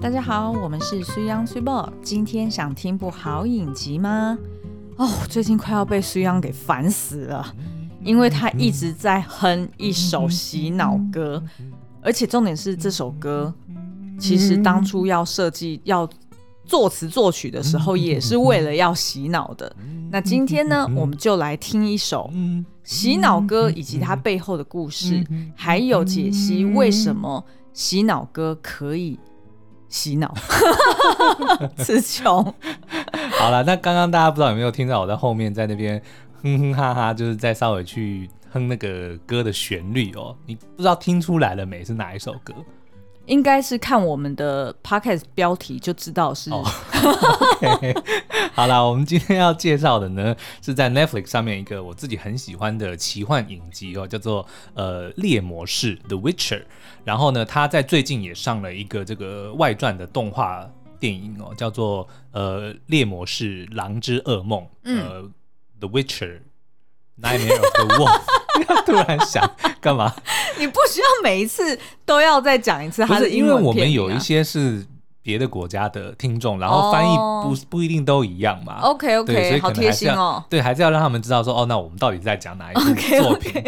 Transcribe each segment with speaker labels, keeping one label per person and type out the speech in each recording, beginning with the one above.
Speaker 1: 大家好，我们是苏央苏报，今天想听部好影集吗？哦，最近快要被苏央给烦死了，因为他一直在哼一首洗脑歌，而且重点是这首歌其实当初要设计要。作词作曲的时候也是为了要洗脑的。那今天呢，我们就来听一首洗脑
Speaker 2: 嗯
Speaker 1: 歌以及它背后的故事，还有解析
Speaker 2: 嗯
Speaker 1: 为什么洗脑歌可以洗脑。 词穷，
Speaker 2: 好了，那刚刚大家不知道有没有听到我在后面在那边 哼哼哈哈，就是在稍微去哼那个歌的旋律哦。你不知道听出来了没？是哪一首歌？
Speaker 1: 应该是看我们的 podcast 标题就知道是。
Speaker 2: 哦 OK，好 啦，我们今天要介绍的呢，是在 Netflix 上面一个我自己很喜欢的奇幻影集哦，叫做呃《猎魔士》The Witcher。然后呢，它在最近也上了一个这个外传的动画电影哦，叫做呃《猎魔士：狼之噩梦》
Speaker 1: 嗯
Speaker 2: 呃《The Witcher Nightmare of the Wolf》。突 然想干嘛？
Speaker 1: 你不需要每一次都要再讲一次
Speaker 2: 不
Speaker 1: 它的
Speaker 2: 是因
Speaker 1: 英
Speaker 2: 为
Speaker 1: 文
Speaker 2: 我
Speaker 1: 片
Speaker 2: 们
Speaker 1: 名
Speaker 2: 有
Speaker 1: 啊
Speaker 2: 一些是别的国家的听众，然后翻译不、
Speaker 1: 哦
Speaker 2: 不一定都一样嘛。
Speaker 1: OK
Speaker 2: 对，所
Speaker 1: OK，
Speaker 2: 以可
Speaker 1: 好
Speaker 2: 能
Speaker 1: 贴
Speaker 2: 还是
Speaker 1: 心
Speaker 2: 要、
Speaker 1: 哦。
Speaker 2: 对，还是要让他们知道说，哦，那我们到底在讲哪一部
Speaker 1: OK，OK
Speaker 2: 作品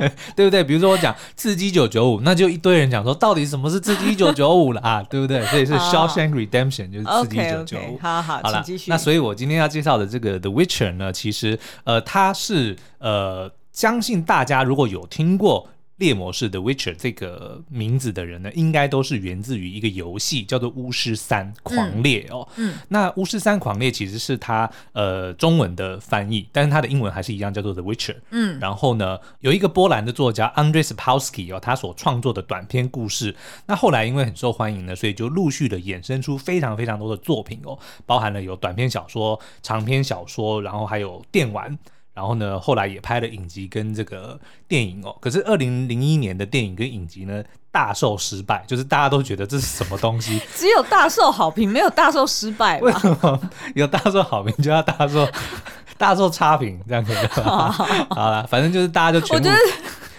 Speaker 2: 对不对？比如说我讲《刺激一九九五》，那就一堆人讲说，到底什么是《刺激一九九五》了啊？对不对？ 所以是《
Speaker 1: 哦
Speaker 2: Shawshank Redemption》就是《刺激一
Speaker 1: OK
Speaker 2: 九九五
Speaker 1: OK，》。好好，
Speaker 2: 好
Speaker 1: 请
Speaker 2: 了
Speaker 1: 继，续。
Speaker 2: 那所以我今天要介绍的这个《The Witcher》呢，其实呃，它是呃，相信大家如果有听过。猎魔士的 Witcher 这个名字的人呢，应该都是源自于一个游戏，叫做《巫师三狂猎》哦。
Speaker 1: 嗯嗯
Speaker 2: 那《巫师三狂猎》其实是它呃中文的翻译，但是它的英文还是一样叫做 The Witcher。
Speaker 1: 嗯
Speaker 2: 然后呢，有一个波兰的作家 Andrzej s p a l s k i 哦，他所创作的短篇故事，那后来因为很受欢迎呢，所以就陆续的衍生出非常非常多的作品哦，包含了有短篇小说、长篇小说，然后还有电玩。然后呢，后来也拍了影集跟这个电影哦。可是二零零一年的电影跟影集呢，大受失败，就是大家都觉得这是什么东西，
Speaker 1: 只有大受好评，没有大受失败
Speaker 2: 为
Speaker 1: 吧？
Speaker 2: 什么有大受好评就要大受 大受差评？这样可以吗？好了，反正就是大家就
Speaker 1: 哦
Speaker 2: 全
Speaker 1: 我
Speaker 2: 部
Speaker 1: 觉得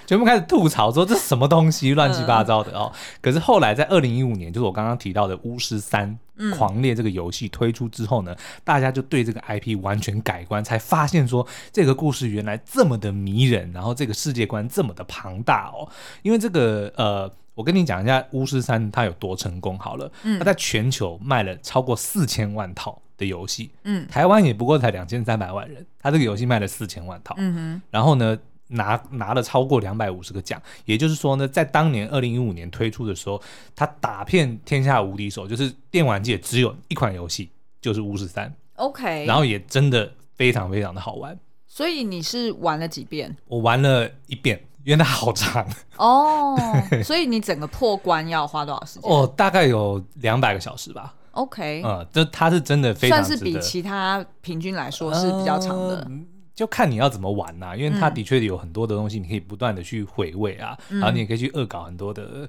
Speaker 2: 全部开始吐槽说这是什么东西，乱七八糟的哦。
Speaker 1: 嗯
Speaker 2: 可是后来在二零一五年，就是我刚刚提到的《巫师三》
Speaker 1: 嗯
Speaker 2: 狂猎这个游戏推出之后呢，大家就对这个 IP 完全改观，才发现说这个故事原来这么的迷人，然后这个世界观这么的庞大哦。因为这个呃。我跟你讲一下《巫师三》它有多成功好了，
Speaker 1: 嗯
Speaker 2: 它在全球卖了超过四千万套的游戏，
Speaker 1: 嗯
Speaker 2: 台湾也不过才两千三百万人，它这个游戏卖了四千万套，
Speaker 1: 嗯哼，
Speaker 2: 然后呢拿拿了超过两百五十个奖，也就是说呢，在当年二零一五年推出的时候，它打遍天下无敌手，就是电玩界只有一款游戏就是《巫师三》，
Speaker 1: OK，
Speaker 2: 然后也真的非常非常的好玩，
Speaker 1: 所以你是玩了几遍
Speaker 2: 我玩了一遍。因为它好长
Speaker 1: 哦所以你整个破关要花多少时间、
Speaker 2: 哦，大概有两百个小时吧，
Speaker 1: o k
Speaker 2: 嗯，这它是真的非常
Speaker 1: 算
Speaker 2: 值
Speaker 1: 是比
Speaker 2: 得。
Speaker 1: 其他平均来说是比较长的。嗯
Speaker 2: 呃就看你要怎么玩呐、因为它的确有很多的东西，你可以不断的去回味啊，然
Speaker 1: 嗯
Speaker 2: 后你也可以去恶搞很多的，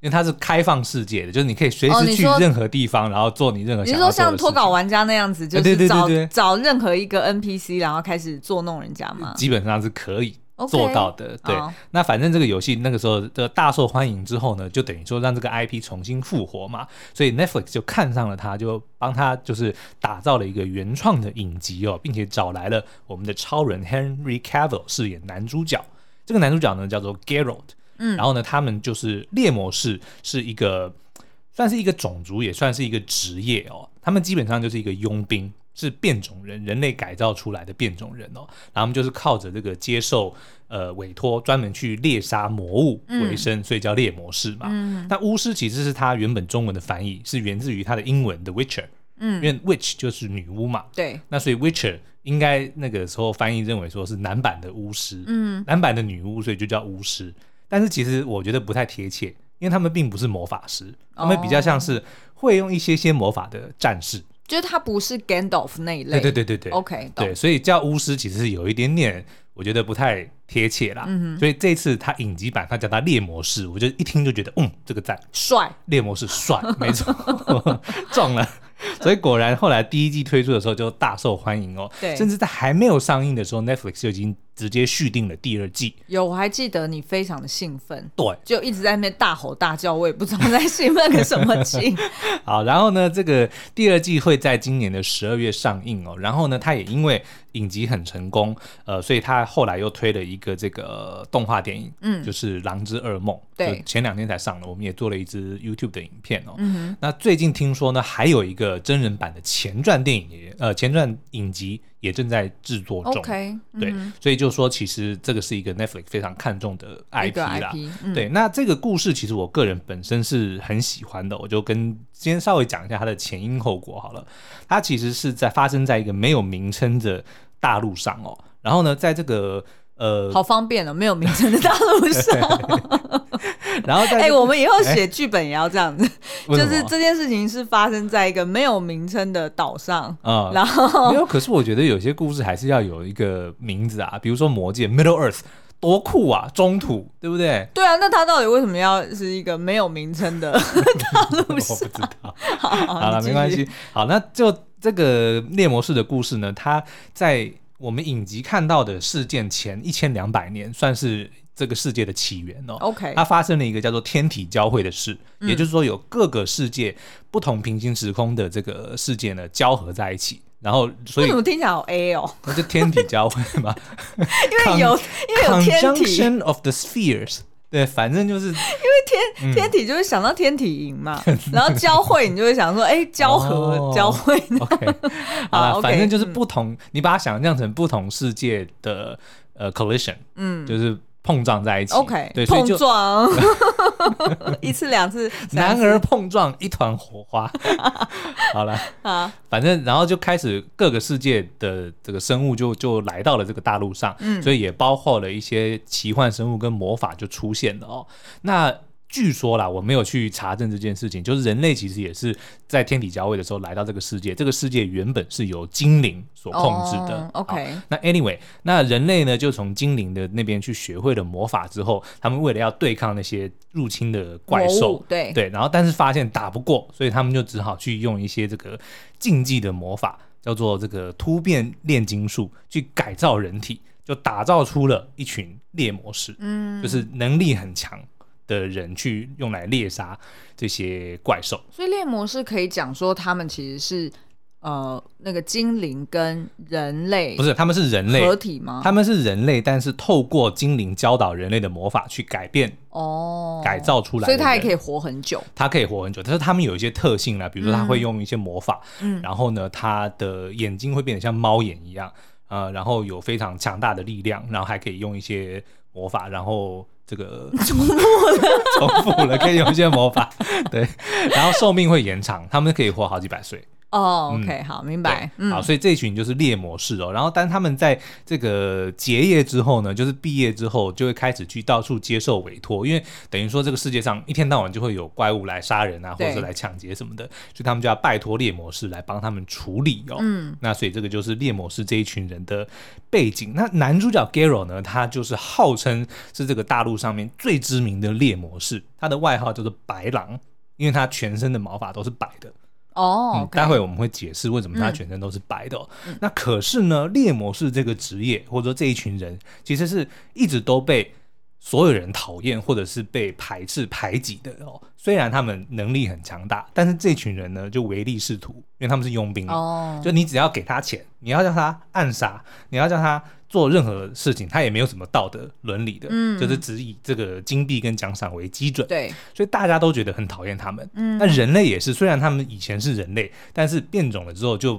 Speaker 2: 因为它是开放世界的，就是你可以随
Speaker 1: 哦
Speaker 2: 时
Speaker 1: 你
Speaker 2: 去
Speaker 1: 说
Speaker 2: 任何地方，然后做你任何
Speaker 1: 你
Speaker 2: 想
Speaker 1: 是
Speaker 2: 要
Speaker 1: 说
Speaker 2: 做
Speaker 1: 像
Speaker 2: 的
Speaker 1: 脱
Speaker 2: 事
Speaker 1: 稿
Speaker 2: 情。
Speaker 1: 玩家那样子，就
Speaker 2: 哎对
Speaker 1: 是
Speaker 2: 对
Speaker 1: 找、
Speaker 2: 对对
Speaker 1: 找任何一个 NPC，然后开始捉弄人家吗？
Speaker 2: 基本上是可以
Speaker 1: 嗯 OK
Speaker 2: 做到的对
Speaker 1: 好，
Speaker 2: 那反正这个游戏那个时候的大受欢迎之后呢，就等于说让这个 IP 重新复活嘛，所以 Netflix 就看上了它，就帮它就是打造了一个原创的影集哦，并且找来了我们的超人 Henry Cavill 饰演男主角。这个男主角呢叫做 Geralt，嗯，然后呢，他们就是猎魔士是一个算是一个种族，也算是一个职业哦。他们基本上就是一个佣兵，是变种人，人类改造出来的变种人哦。然后他们就是靠着这个接受呃委托，专门去猎杀魔物为生，所以叫猎魔士嘛。那巫师其实是他原本中文的翻译，是源自于他的英文的 Witcher，嗯，因为 Witch 就是女巫嘛，
Speaker 1: 对，
Speaker 2: 那所以 Witcher 应该那个时候翻译认为说是男版的巫师，嗯，男版的女巫，所以就叫巫师。但是其实我觉得不太贴切，因为他们并不是魔法师，他们比较像是会用一些些魔法的战士。
Speaker 1: 就是他不是 Gandalf 那一类。
Speaker 2: 对对对对对
Speaker 1: OK，懂
Speaker 2: 对，所以叫巫师其实是有一点点，我觉得不太贴切啦。嗯、所以这次他影集版他叫他猎魔士，我就一听就觉得，嗯，这个赞。
Speaker 1: 帅，
Speaker 2: 猎魔士帅， 没错，中了。所以果然后来第一季推出的时候就大受欢迎哦，
Speaker 1: 对
Speaker 2: 甚至在还没有上映的时候，Netflix 就已经直接续订了第二季。
Speaker 1: 有，我还记得你非常的兴奋，
Speaker 2: 对，
Speaker 1: 就一直在那边大吼大叫，我也不知道在兴奋个什么 劲。
Speaker 2: 好，然后呢，这个第二季会在今年的十二月上映哦。然后呢，它也因为影集很成功，呃，所以它后来又推了一个这个动画电影，嗯，就是《狼之噩梦》，
Speaker 1: 对
Speaker 2: 就前两天才上了，我们也做了一支 YouTube 的影片哦。嗯，那最近听说呢，还有一个真人版的前传电影也，呃，前传影集也正在制作中。
Speaker 1: OK，嗯
Speaker 2: 对，所以就说其实这个是一个 Netflix 非常看重的
Speaker 1: 一
Speaker 2: IP
Speaker 1: 个
Speaker 2: 啦。
Speaker 1: IP，嗯
Speaker 2: 对，那这个故事其实我个人本身是很喜欢的，我就跟今天稍微讲一下它的前因后果好了。它其实是在发生在一个没有名称的大陆上哦，然后呢，在这个呃，
Speaker 1: 好方便哦，没有名称的大路上。
Speaker 2: 然后在
Speaker 1: 哎、
Speaker 2: 这个
Speaker 1: 我们以后写剧本也要这样子，
Speaker 2: 为
Speaker 1: 就
Speaker 2: 什
Speaker 1: 是
Speaker 2: 么
Speaker 1: 这件事情是发生在一个没有名称的岛上，
Speaker 2: 啊。
Speaker 1: 然后
Speaker 2: 没有，可是我觉得有些故事还是要有一个名字啊，比如说《魔戒》（Middle Earth），多酷啊，中土，对 不对？
Speaker 1: 对啊，那他到底为什么要是一个没有名称的 大陆
Speaker 2: 我不
Speaker 1: 上？
Speaker 2: 知道。
Speaker 1: 好
Speaker 2: 好了，没关。
Speaker 1: 你继
Speaker 2: 系
Speaker 1: 续。
Speaker 2: 好，那就这个猎魔士的故事呢，它在我们影集看到的事件前一千两百年，算是这个世界的起源哦。
Speaker 1: OK，嗯
Speaker 2: 它发生了一个叫做天体交汇的事，也就是说有各个世界不同平行时空的这个世界呢交合在一起，然后所
Speaker 1: 为
Speaker 2: 以
Speaker 1: 什么听起来好 A 哦？
Speaker 2: 那就天体交汇嘛。
Speaker 1: 因 为有因为有天体，因为
Speaker 2: Conjunction of the spheres，对，反正就是嗯
Speaker 1: 天天体就会想到天体营 嘛，然后交汇你就会想说，哎、交合
Speaker 2: 哦
Speaker 1: 交汇呢？
Speaker 2: OK，好
Speaker 1: 好
Speaker 2: 啦，
Speaker 1: ，OK，嗯
Speaker 2: 反正就是不同，你把它想象成不同世界的呃 collision，嗯，就是碰撞在一起。
Speaker 1: OK，
Speaker 2: 对，所以
Speaker 1: 碰
Speaker 2: 就
Speaker 1: 撞 一次两次，三
Speaker 2: 男
Speaker 1: 次
Speaker 2: 儿碰撞一团火 花。好了，
Speaker 1: 啊，
Speaker 2: 反正然后就开始各个世界的这个生物就就来到了这个大陆上，嗯，所以也包括了一些奇幻生物跟魔法就出现了哦。那据说啦，我没有去查证这件事情，就是人类其实也是在天体交汇的时候来到这个世界，这个世界原本是由精灵所控制的。
Speaker 1: 哦，OK
Speaker 2: 好那 anyway，那人类呢就从精灵的那边去学会了魔法之后，他们为了要对抗那些入侵的怪
Speaker 1: 魔
Speaker 2: 兽
Speaker 1: 物，对
Speaker 2: 对，然后但是发现打不过，所以他们就只好去用一些这个竞技的魔法，叫做这个突变炼金术，去改造人体，就打造出了一群猎魔士，嗯，就是能力很强的人去用来猎杀这些怪兽。
Speaker 1: 所以猎魔是可以讲说，他们其实是呃那个精灵跟人类
Speaker 2: 不是，他们是人类，
Speaker 1: 合体吗？
Speaker 2: 他们是人类，但是透过精灵教导人类的魔法去改变、
Speaker 1: 哦，
Speaker 2: 改造出来，
Speaker 1: 所以他也可
Speaker 2: 以。
Speaker 1: 以活很久。
Speaker 2: 它可以活很久，但是他们有一些特性啦，比如说他会用一些魔法，然后呢，他的眼睛会变得像猫眼一样，呃，然后有非常强大的力量，然后还可以用一些魔法，然后这个重复了，重复了，可以用一些魔法，对，然后寿命会延长，他们可以活好几百岁，
Speaker 1: 哦，OK，好，明白
Speaker 2: 对。
Speaker 1: 嗯
Speaker 2: 啊好，所以这群就是猎魔士哦。然后，但他们在这个结业之后呢，就是毕业之后，就会开始去到处接受委托，因为等于说这个世界上一天到晚就会有怪物来杀人啊，或
Speaker 1: 对
Speaker 2: 者是来抢劫什么的，所以他们就要拜托猎魔士来帮他们处理哦。嗯，那所以这个就是猎魔士这一群人的背景。那男主角 Garo 呢，他就是号称是这个大陆上面最知名的猎魔士，他的外号叫做白狼。因为他全身的毛发都是白的，
Speaker 1: 哦
Speaker 2: 嗯，
Speaker 1: ，OK 嗯
Speaker 2: 待会我们会解释为什么他全身都是白的、哦那可是呢，猎魔士这个职业或者说这一群人，其实是一直都被所有人讨厌或者是被排斥排挤的哦。虽然他们能力很强大，但是这群人呢就唯利是图，因为他们是佣兵嘛
Speaker 1: 哦，
Speaker 2: 就你只要给他钱，你要叫他暗杀，你要叫他做任何事情，他也没有什么道德伦理的，
Speaker 1: 嗯
Speaker 2: 就是只以这个金币跟奖赏为基准。
Speaker 1: 对，
Speaker 2: 所以大家都觉得很讨厌他们。嗯，那人类也是，虽然他们以前是人类，但是变种了之后就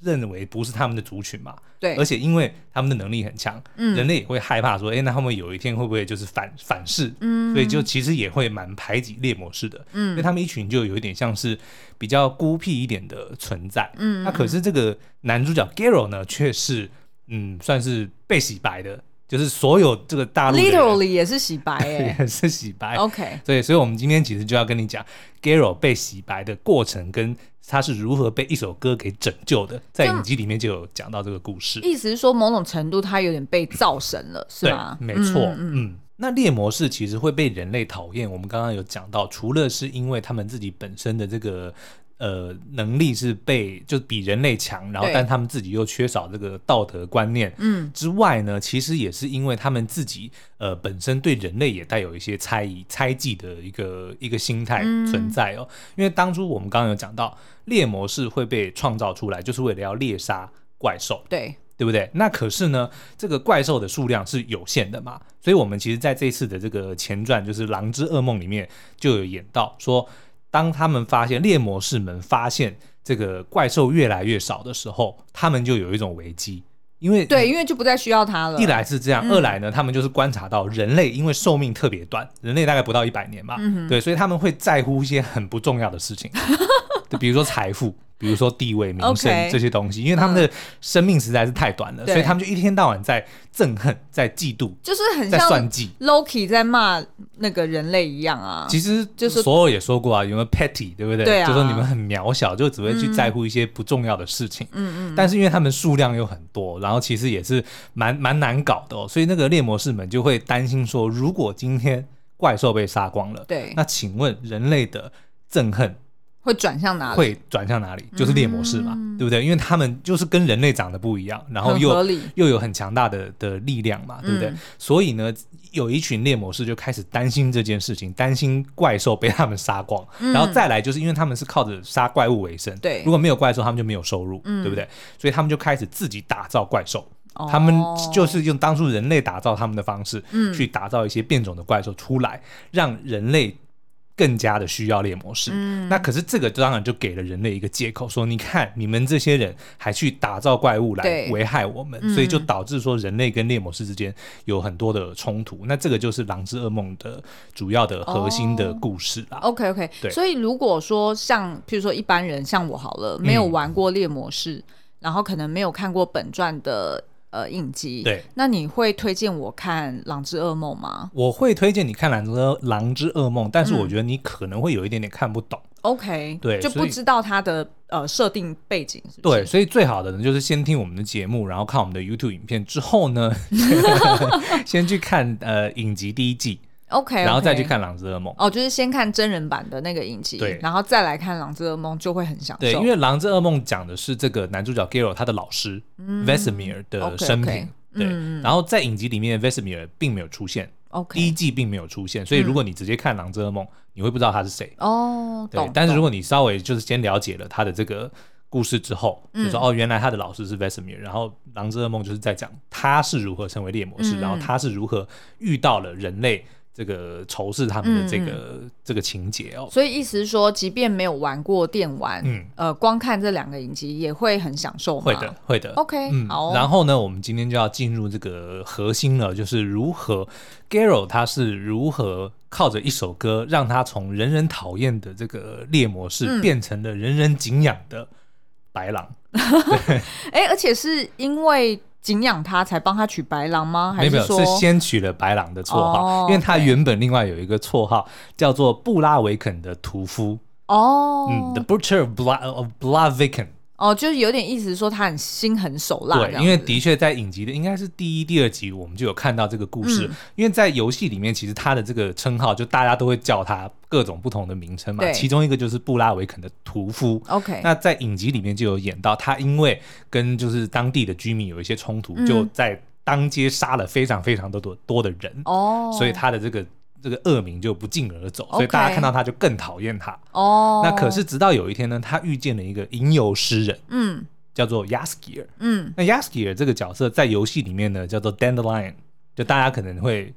Speaker 2: 认为不是他们的族群嘛。
Speaker 1: 对
Speaker 2: 而且因为他们的能力很强，
Speaker 1: 嗯
Speaker 2: 人类也会害怕说，哎、那他们有一天会不会就是反反噬？嗯，所以就其实也会蛮排挤猎魔士的。嗯，因为他们一群就有一点像是比较孤僻一点的存在。嗯，那可是这个男主角 Garo 呢，却是嗯，算是被洗白的。就是所有这个大陆的人
Speaker 1: literally 也是洗白哎。
Speaker 2: 也是洗白
Speaker 1: OK，
Speaker 2: 对，所以我们今天其实就要跟你讲 Garo 被洗白的过程，跟他是如何被一首歌给拯救的，在影集里面就有讲到这个故事。
Speaker 1: 意思是说某种程度他有点被造神了，是
Speaker 2: 对
Speaker 1: 吗，？
Speaker 2: 没错，嗯。那猎魔士其实会被人类讨厌，我们刚刚有讲到，除了是因为他们自己本身的这个呃能力是被就是比人类强，然后
Speaker 1: 对
Speaker 2: 但他们自己又缺少这个道德观念，
Speaker 1: 嗯，
Speaker 2: 之外呢，其实也是因为他们自己呃本身对人类也带有一些猜疑、猜忌的一个一个心态
Speaker 1: 嗯
Speaker 2: 存在哦。因为当初我们刚刚有讲到，猎魔士会被创造出来，就是为了要猎杀怪兽。
Speaker 1: 对，
Speaker 2: 对不对？那可是呢，这个怪兽的数量是有限的嘛，所以我们其实在这次的这个前传就是《狼之噩梦》里面就有演到说，当他们发现猎魔士们发现这个怪兽越来越少的时候，他们就有一种危机，因为
Speaker 1: 对，因为就不再需要它了。
Speaker 2: 一来是这样，
Speaker 1: 嗯
Speaker 2: 二来呢，他们就是观察到人类因为寿命特别短，人类大概不到一百年嘛，
Speaker 1: 嗯
Speaker 2: 对，所以他们会在乎一些很不重要 的事情，就比如说财富。比如说地位、名声
Speaker 1: OK 嗯
Speaker 2: 这些东西，因为他们的生命实在是太短了，
Speaker 1: 对
Speaker 2: 所以他们就一天到晚在憎恨、在嫉妒、
Speaker 1: 就是很
Speaker 2: 在算
Speaker 1: 像
Speaker 2: 计。
Speaker 1: Loki 在骂那个人类一样啊。
Speaker 2: 其实
Speaker 1: 就是
Speaker 2: 所有也说过啊，有没有 petty，对不对？
Speaker 1: 对啊
Speaker 2: 就说你们很渺小，就只会去在乎一些不重要的事情。
Speaker 1: 嗯
Speaker 2: 但是因为他们数量又很多，然后其实也是蛮蛮难搞的哦，所以那个猎魔士们就会担心说，如果今天怪兽被杀光了，
Speaker 1: 对，
Speaker 2: 那请问人类的憎恨
Speaker 1: 会转向哪里？嗯
Speaker 2: 会转向哪里？就是猎魔士嘛，对不对？因为他们就是跟人类长得不一样，然后
Speaker 1: 很
Speaker 2: 又
Speaker 1: 合理。
Speaker 2: 又有很强大的的力量嘛，对不对？
Speaker 1: 嗯
Speaker 2: 所以呢，有一群猎魔士就开始担心这件事情，担心怪兽被他们杀光，然后再来就是因为他们是靠着杀怪物为生，
Speaker 1: 嗯对嗯
Speaker 2: 如果没有怪兽，他们就没有收入，对不对？所以他们就开始自己打造怪兽。
Speaker 1: 哦
Speaker 2: 他们就是用当初人类打造他们的方式，
Speaker 1: 嗯
Speaker 2: 去打造一些变种的怪兽出来，让人类更加的需要猎魔士。
Speaker 1: 嗯
Speaker 2: 那可是这个当然就给了人类一个借口，说你看你们这些人还去打造怪物来
Speaker 1: 对嗯
Speaker 2: 危害我们，所以就导致说人类跟猎魔士之间有很多的冲突。那这个就是《狼之噩梦》的主要的核心
Speaker 1: 哦
Speaker 2: 的故事啦。
Speaker 1: OK OK，
Speaker 2: 对
Speaker 1: 所以如果说像譬如说一般人像我好
Speaker 2: 嗯
Speaker 1: 了，没有玩过猎魔士，然后可能没有看过本传的呃影集，
Speaker 2: 对，
Speaker 1: 那你会推荐我看《狼之噩梦》吗
Speaker 2: 我会推荐你看《狼之噩狼之噩梦》，
Speaker 1: 嗯
Speaker 2: 但是我觉得你可能会有一点点看不懂。
Speaker 1: ？OK，
Speaker 2: 对
Speaker 1: 就
Speaker 2: 所
Speaker 1: 不
Speaker 2: 以
Speaker 1: 知道它的呃设定背景是不是
Speaker 2: 对，，所以最好的呢，就是先听我们的节目，然后看我们的 YouTube 影片，之后 呢，先去看呃影集第一季，
Speaker 1: 哎，OK，,
Speaker 2: 然后再去。看《狼之噩梦》。
Speaker 1: 哦，就是先看真人版的那个影集，
Speaker 2: 对
Speaker 1: 然后再来看《狼之噩梦》，就会很享受。
Speaker 2: 对，因为《狼之噩梦》讲的是这个男主角 g a r o 他的老师、Vesemir 的
Speaker 1: 嗯 OK，OK，
Speaker 2: 生平。对，
Speaker 1: 嗯
Speaker 2: 然后在影集里面，Vesemir 并没有出现，第一
Speaker 1: OK，嗯
Speaker 2: 季并没有出现，所以如果你直接看《狼之噩梦》，你会不知道他是谁。
Speaker 1: 哦，
Speaker 2: 对
Speaker 1: 懂。，
Speaker 2: 但是如
Speaker 1: 懂
Speaker 2: 果你稍微就是先了解了他的这个故事之后，就
Speaker 1: 嗯
Speaker 2: 说哦，原来他的老师是 Vesemir，然后《狼之噩梦》就是在讲他是如何成为猎魔士，
Speaker 1: 嗯嗯
Speaker 2: 然后他是如何遇到了人类这个仇视他们的这
Speaker 1: 嗯
Speaker 2: 个、这个情节哦。
Speaker 1: 所以意思是说，即便没有玩过电玩，
Speaker 2: 嗯
Speaker 1: 呃，光看这两个影集也会很享受吗？
Speaker 2: 会的，会的。
Speaker 1: OK，、
Speaker 2: 嗯
Speaker 1: 好、哦。
Speaker 2: 然后呢，我们今天就要进入这个核心了，就是如何 Garo 他是如何靠着一首歌，让他从人人讨厌的这个猎魔士，
Speaker 1: 嗯
Speaker 2: 变成了人人敬仰的白狼。
Speaker 1: 哎、而且是因为敬仰他才帮他取白狼吗？
Speaker 2: 没
Speaker 1: 还
Speaker 2: 有没有，
Speaker 1: 说
Speaker 2: 是先取了白狼的绰号，
Speaker 1: 哦
Speaker 2: 因为他
Speaker 1: 对
Speaker 2: 原本另外有一个绰号叫做布拉维肯的屠夫，
Speaker 1: 哦、
Speaker 2: 嗯，The Butcher of Bla of Blaviken。
Speaker 1: 哦，就是有点意思，说他很心狠手辣这
Speaker 2: 对
Speaker 1: 样，子，
Speaker 2: 因为的确在影集的应该是第一、第二集，我们就有看到这个故
Speaker 1: 嗯
Speaker 2: 事。因为在游戏里面，其实他的这个称号就大家都会叫他各种不同的名称嘛，
Speaker 1: 对
Speaker 2: 其中一个就是布拉维肯的屠夫。
Speaker 1: OK，
Speaker 2: 那在影集里面就有演到，他因为跟就是当地的居民有一些冲突，
Speaker 1: 嗯
Speaker 2: 就在当街杀了非常非常多多多的人。
Speaker 1: 哦，
Speaker 2: 所以他的这个这个恶名就不胫而走，所以
Speaker 1: OK
Speaker 2: 大家看到他就更讨厌他。
Speaker 1: 哦，
Speaker 2: 那可是直到有一天呢，他遇见了一个吟游诗人，
Speaker 1: 嗯
Speaker 2: 叫做 Yaskier。
Speaker 1: 嗯
Speaker 2: 那 Yaskier 这个角色在游戏里面呢叫做 Dandelion，就大家可能会，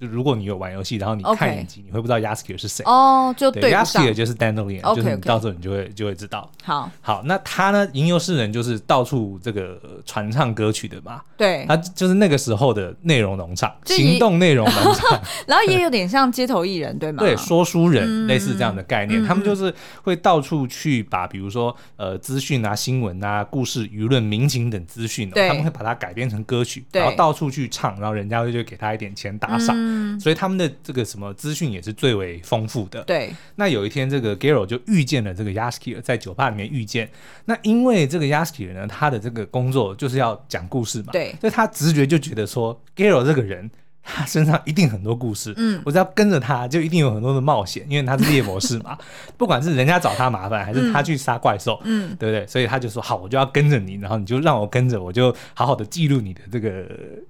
Speaker 2: 就如果你有玩游戏，然后你
Speaker 1: OK
Speaker 2: 看影集，你会不知道 Yaskier 是谁。
Speaker 1: 哦，就对不上
Speaker 2: Yaskier 就是 Dandelion，
Speaker 1: OK，
Speaker 2: 就是你
Speaker 1: OK
Speaker 2: 到时候你就会就会知道。
Speaker 1: 好
Speaker 2: 好，那他呢，吟游诗人就是到处这个呃传唱歌曲的嘛，
Speaker 1: 对，
Speaker 2: 他就是那个时候的内容农场，
Speaker 1: 就以
Speaker 2: 行动内容农场。
Speaker 1: 然后也有点像街头艺人对吗？
Speaker 2: 对，说书人、
Speaker 1: 嗯
Speaker 2: 类似这样的概念，他们就是会到处去把，比如说呃资讯啊、新闻啊、故事、舆论、民情等资讯、哦，
Speaker 1: 对
Speaker 2: 他们会把它改编成歌曲，
Speaker 1: 对
Speaker 2: 然后到处去唱，然后人家就会给他一点钱打赏。
Speaker 1: 嗯
Speaker 2: 所以他们的这个什么资讯也是最为丰富的。
Speaker 1: 对，
Speaker 2: 那有一天，这个 Garo 就遇见了这个 Yaskier，在酒吧里面遇见。那因为这个 Yaskier 呢，他的这个工作就是要讲故事嘛，
Speaker 1: 对
Speaker 2: 所以他直觉就觉得说 Garo 这个人他身上一定很多故事，
Speaker 1: 嗯
Speaker 2: 我只要跟着他，就一定有很多的冒险，因为他是猎魔士 嘛，不管是人家找他麻烦，还是他去杀怪兽，
Speaker 1: 嗯，
Speaker 2: 对不对？所以他就说好，我就要跟着你，然后你就让我跟着，我就好好的记录你的这个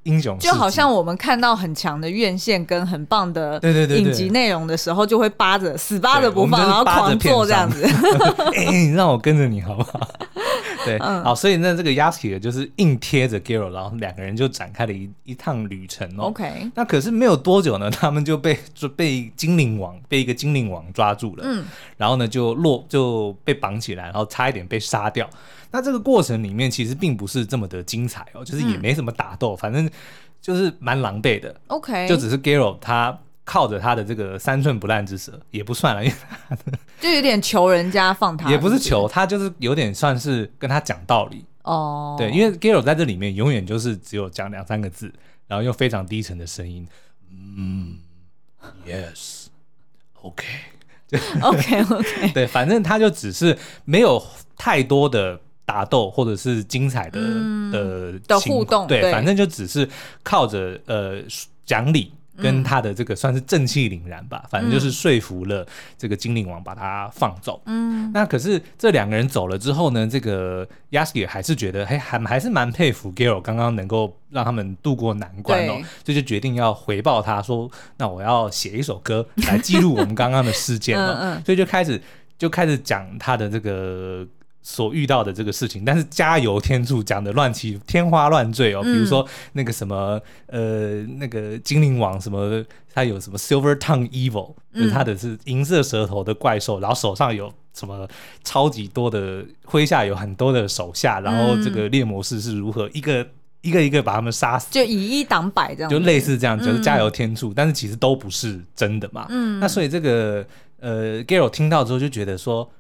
Speaker 2: 英雄事迹，
Speaker 1: 就好像我们看到很强的院线跟很棒的
Speaker 2: 对对对对
Speaker 1: 影集内容的时候，就会扒着死扒着不放，
Speaker 2: 对
Speaker 1: 然
Speaker 2: 我
Speaker 1: 后狂
Speaker 2: 们就是扒着片
Speaker 1: 做这样
Speaker 2: 上
Speaker 1: 子。
Speaker 2: 哎、你让我跟着你好不 好？对，
Speaker 1: 嗯
Speaker 2: 好，所以那这个 Yasuke 就是硬贴着 Gero，然后两个人就展开了一一趟旅程 哦。
Speaker 1: OK，
Speaker 2: 那可是没有多久呢，他们就被就被精灵王被一个精灵王抓住了，
Speaker 1: 嗯，
Speaker 2: 然后呢就落就被绑起来，然后差一点被杀掉。那这个过程里面其实并不是这么的精彩哦，就是
Speaker 1: 嗯
Speaker 2: 也没什么打斗，反正就是蛮狼狈的，
Speaker 1: OK，
Speaker 2: 就只是 Gero 他。靠着他的这个三寸不烂之舌也不算了，因 为
Speaker 1: 就有点求人家放他，
Speaker 2: 也不是
Speaker 1: 不
Speaker 2: 求他，就是有点算是跟他讲道理。
Speaker 1: 哦，
Speaker 2: 对，因为 Gero 在这里面永远就是只有讲两三个字，然后用非常低沉的声音，嗯，yes，OK，、
Speaker 1: OK OK，
Speaker 2: 对，反正他就只是没有太多的打斗或者是精彩的、的
Speaker 1: 嗯的
Speaker 2: 情
Speaker 1: 互动
Speaker 2: 对，
Speaker 1: 对
Speaker 2: 反正就只是靠着呃讲理。
Speaker 1: 嗯
Speaker 2: 跟他的这个算是正气凛然吧，反正就是说服了这个精灵王把他放走。
Speaker 1: 嗯，
Speaker 2: 那可是这两个人走了之后呢，这个 Yasuke 还是觉得，嘿，还还是蛮佩服 g a r o 刚刚能够让他们渡过难关哦
Speaker 1: 对，
Speaker 2: 这就决定要回报他说，那我要写一首歌来记录我们刚刚的事件哦，
Speaker 1: 嗯嗯
Speaker 2: 所以就开始就开始讲他的这个。所遇到的这个事情，但是加油添醋讲的乱七天花乱坠哦，比如说那个什么、呃那个精灵王什么，他有什么 Silver Tongue Evil，、就是他的是银色舌头的怪兽，然后手上有什么超级多的麾下有很多的手下，然后这个猎魔士是如何一个一个一个把他们杀死，
Speaker 1: 就以一挡百这样子，
Speaker 2: 就类似这样，就是加油添醋，但是其实都不是真的嘛。
Speaker 1: 嗯
Speaker 2: 那所以这个呃 g a r o 听到之后就觉得说，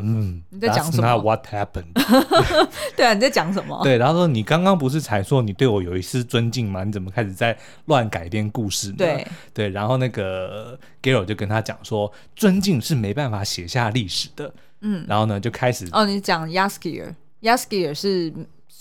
Speaker 2: 嗯，
Speaker 1: 你在讲
Speaker 2: that's
Speaker 1: 什么
Speaker 2: not What happened？
Speaker 1: 对啊，你在讲什么？
Speaker 2: 对，然后说你刚刚不是才说你对我有一丝尊敬吗？你怎么开始在乱改编故事呢？
Speaker 1: 对
Speaker 2: 对，然后那个 g a r o 就跟他讲说，尊敬是没办法写下历史的。
Speaker 1: 嗯，
Speaker 2: 然后呢就开始
Speaker 1: 哦，你讲 Yaskier，Yaskier 是
Speaker 2: 对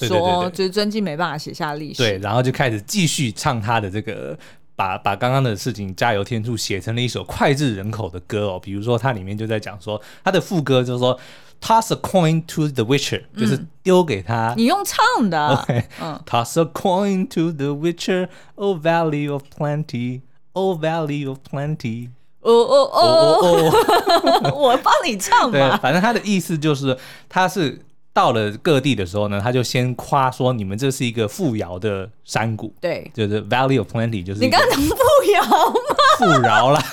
Speaker 2: 对对
Speaker 1: 说
Speaker 2: 对
Speaker 1: 就是尊敬没办法写下历史，
Speaker 2: 对，然后就开始继续唱他的这个。把把刚刚的事情《加油添醋》写成了一首脍炙人口的歌哦，比如说它里面就在讲说，它的副歌就是说 “toss a coin to the witcher”，、就是丢给他
Speaker 1: 嗯你用唱的啊，
Speaker 2: OK，
Speaker 1: 嗯
Speaker 2: Toss a coin to the witcher, O valley of plenty, O valley of plenty。
Speaker 1: 哦哦
Speaker 2: 哦
Speaker 1: 哦，
Speaker 2: 哦哦，
Speaker 1: 我帮你唱
Speaker 2: 对，啊
Speaker 1: 吧，
Speaker 2: 反正他的意思就是，他是到了各地的时候呢，他就先夸说你们这是一个富饶的山谷，
Speaker 1: 对。
Speaker 2: 就是 Valley of Plenty，就是
Speaker 1: 你
Speaker 2: 一个
Speaker 1: 刚刚讲不摇吗
Speaker 2: 富饶啦，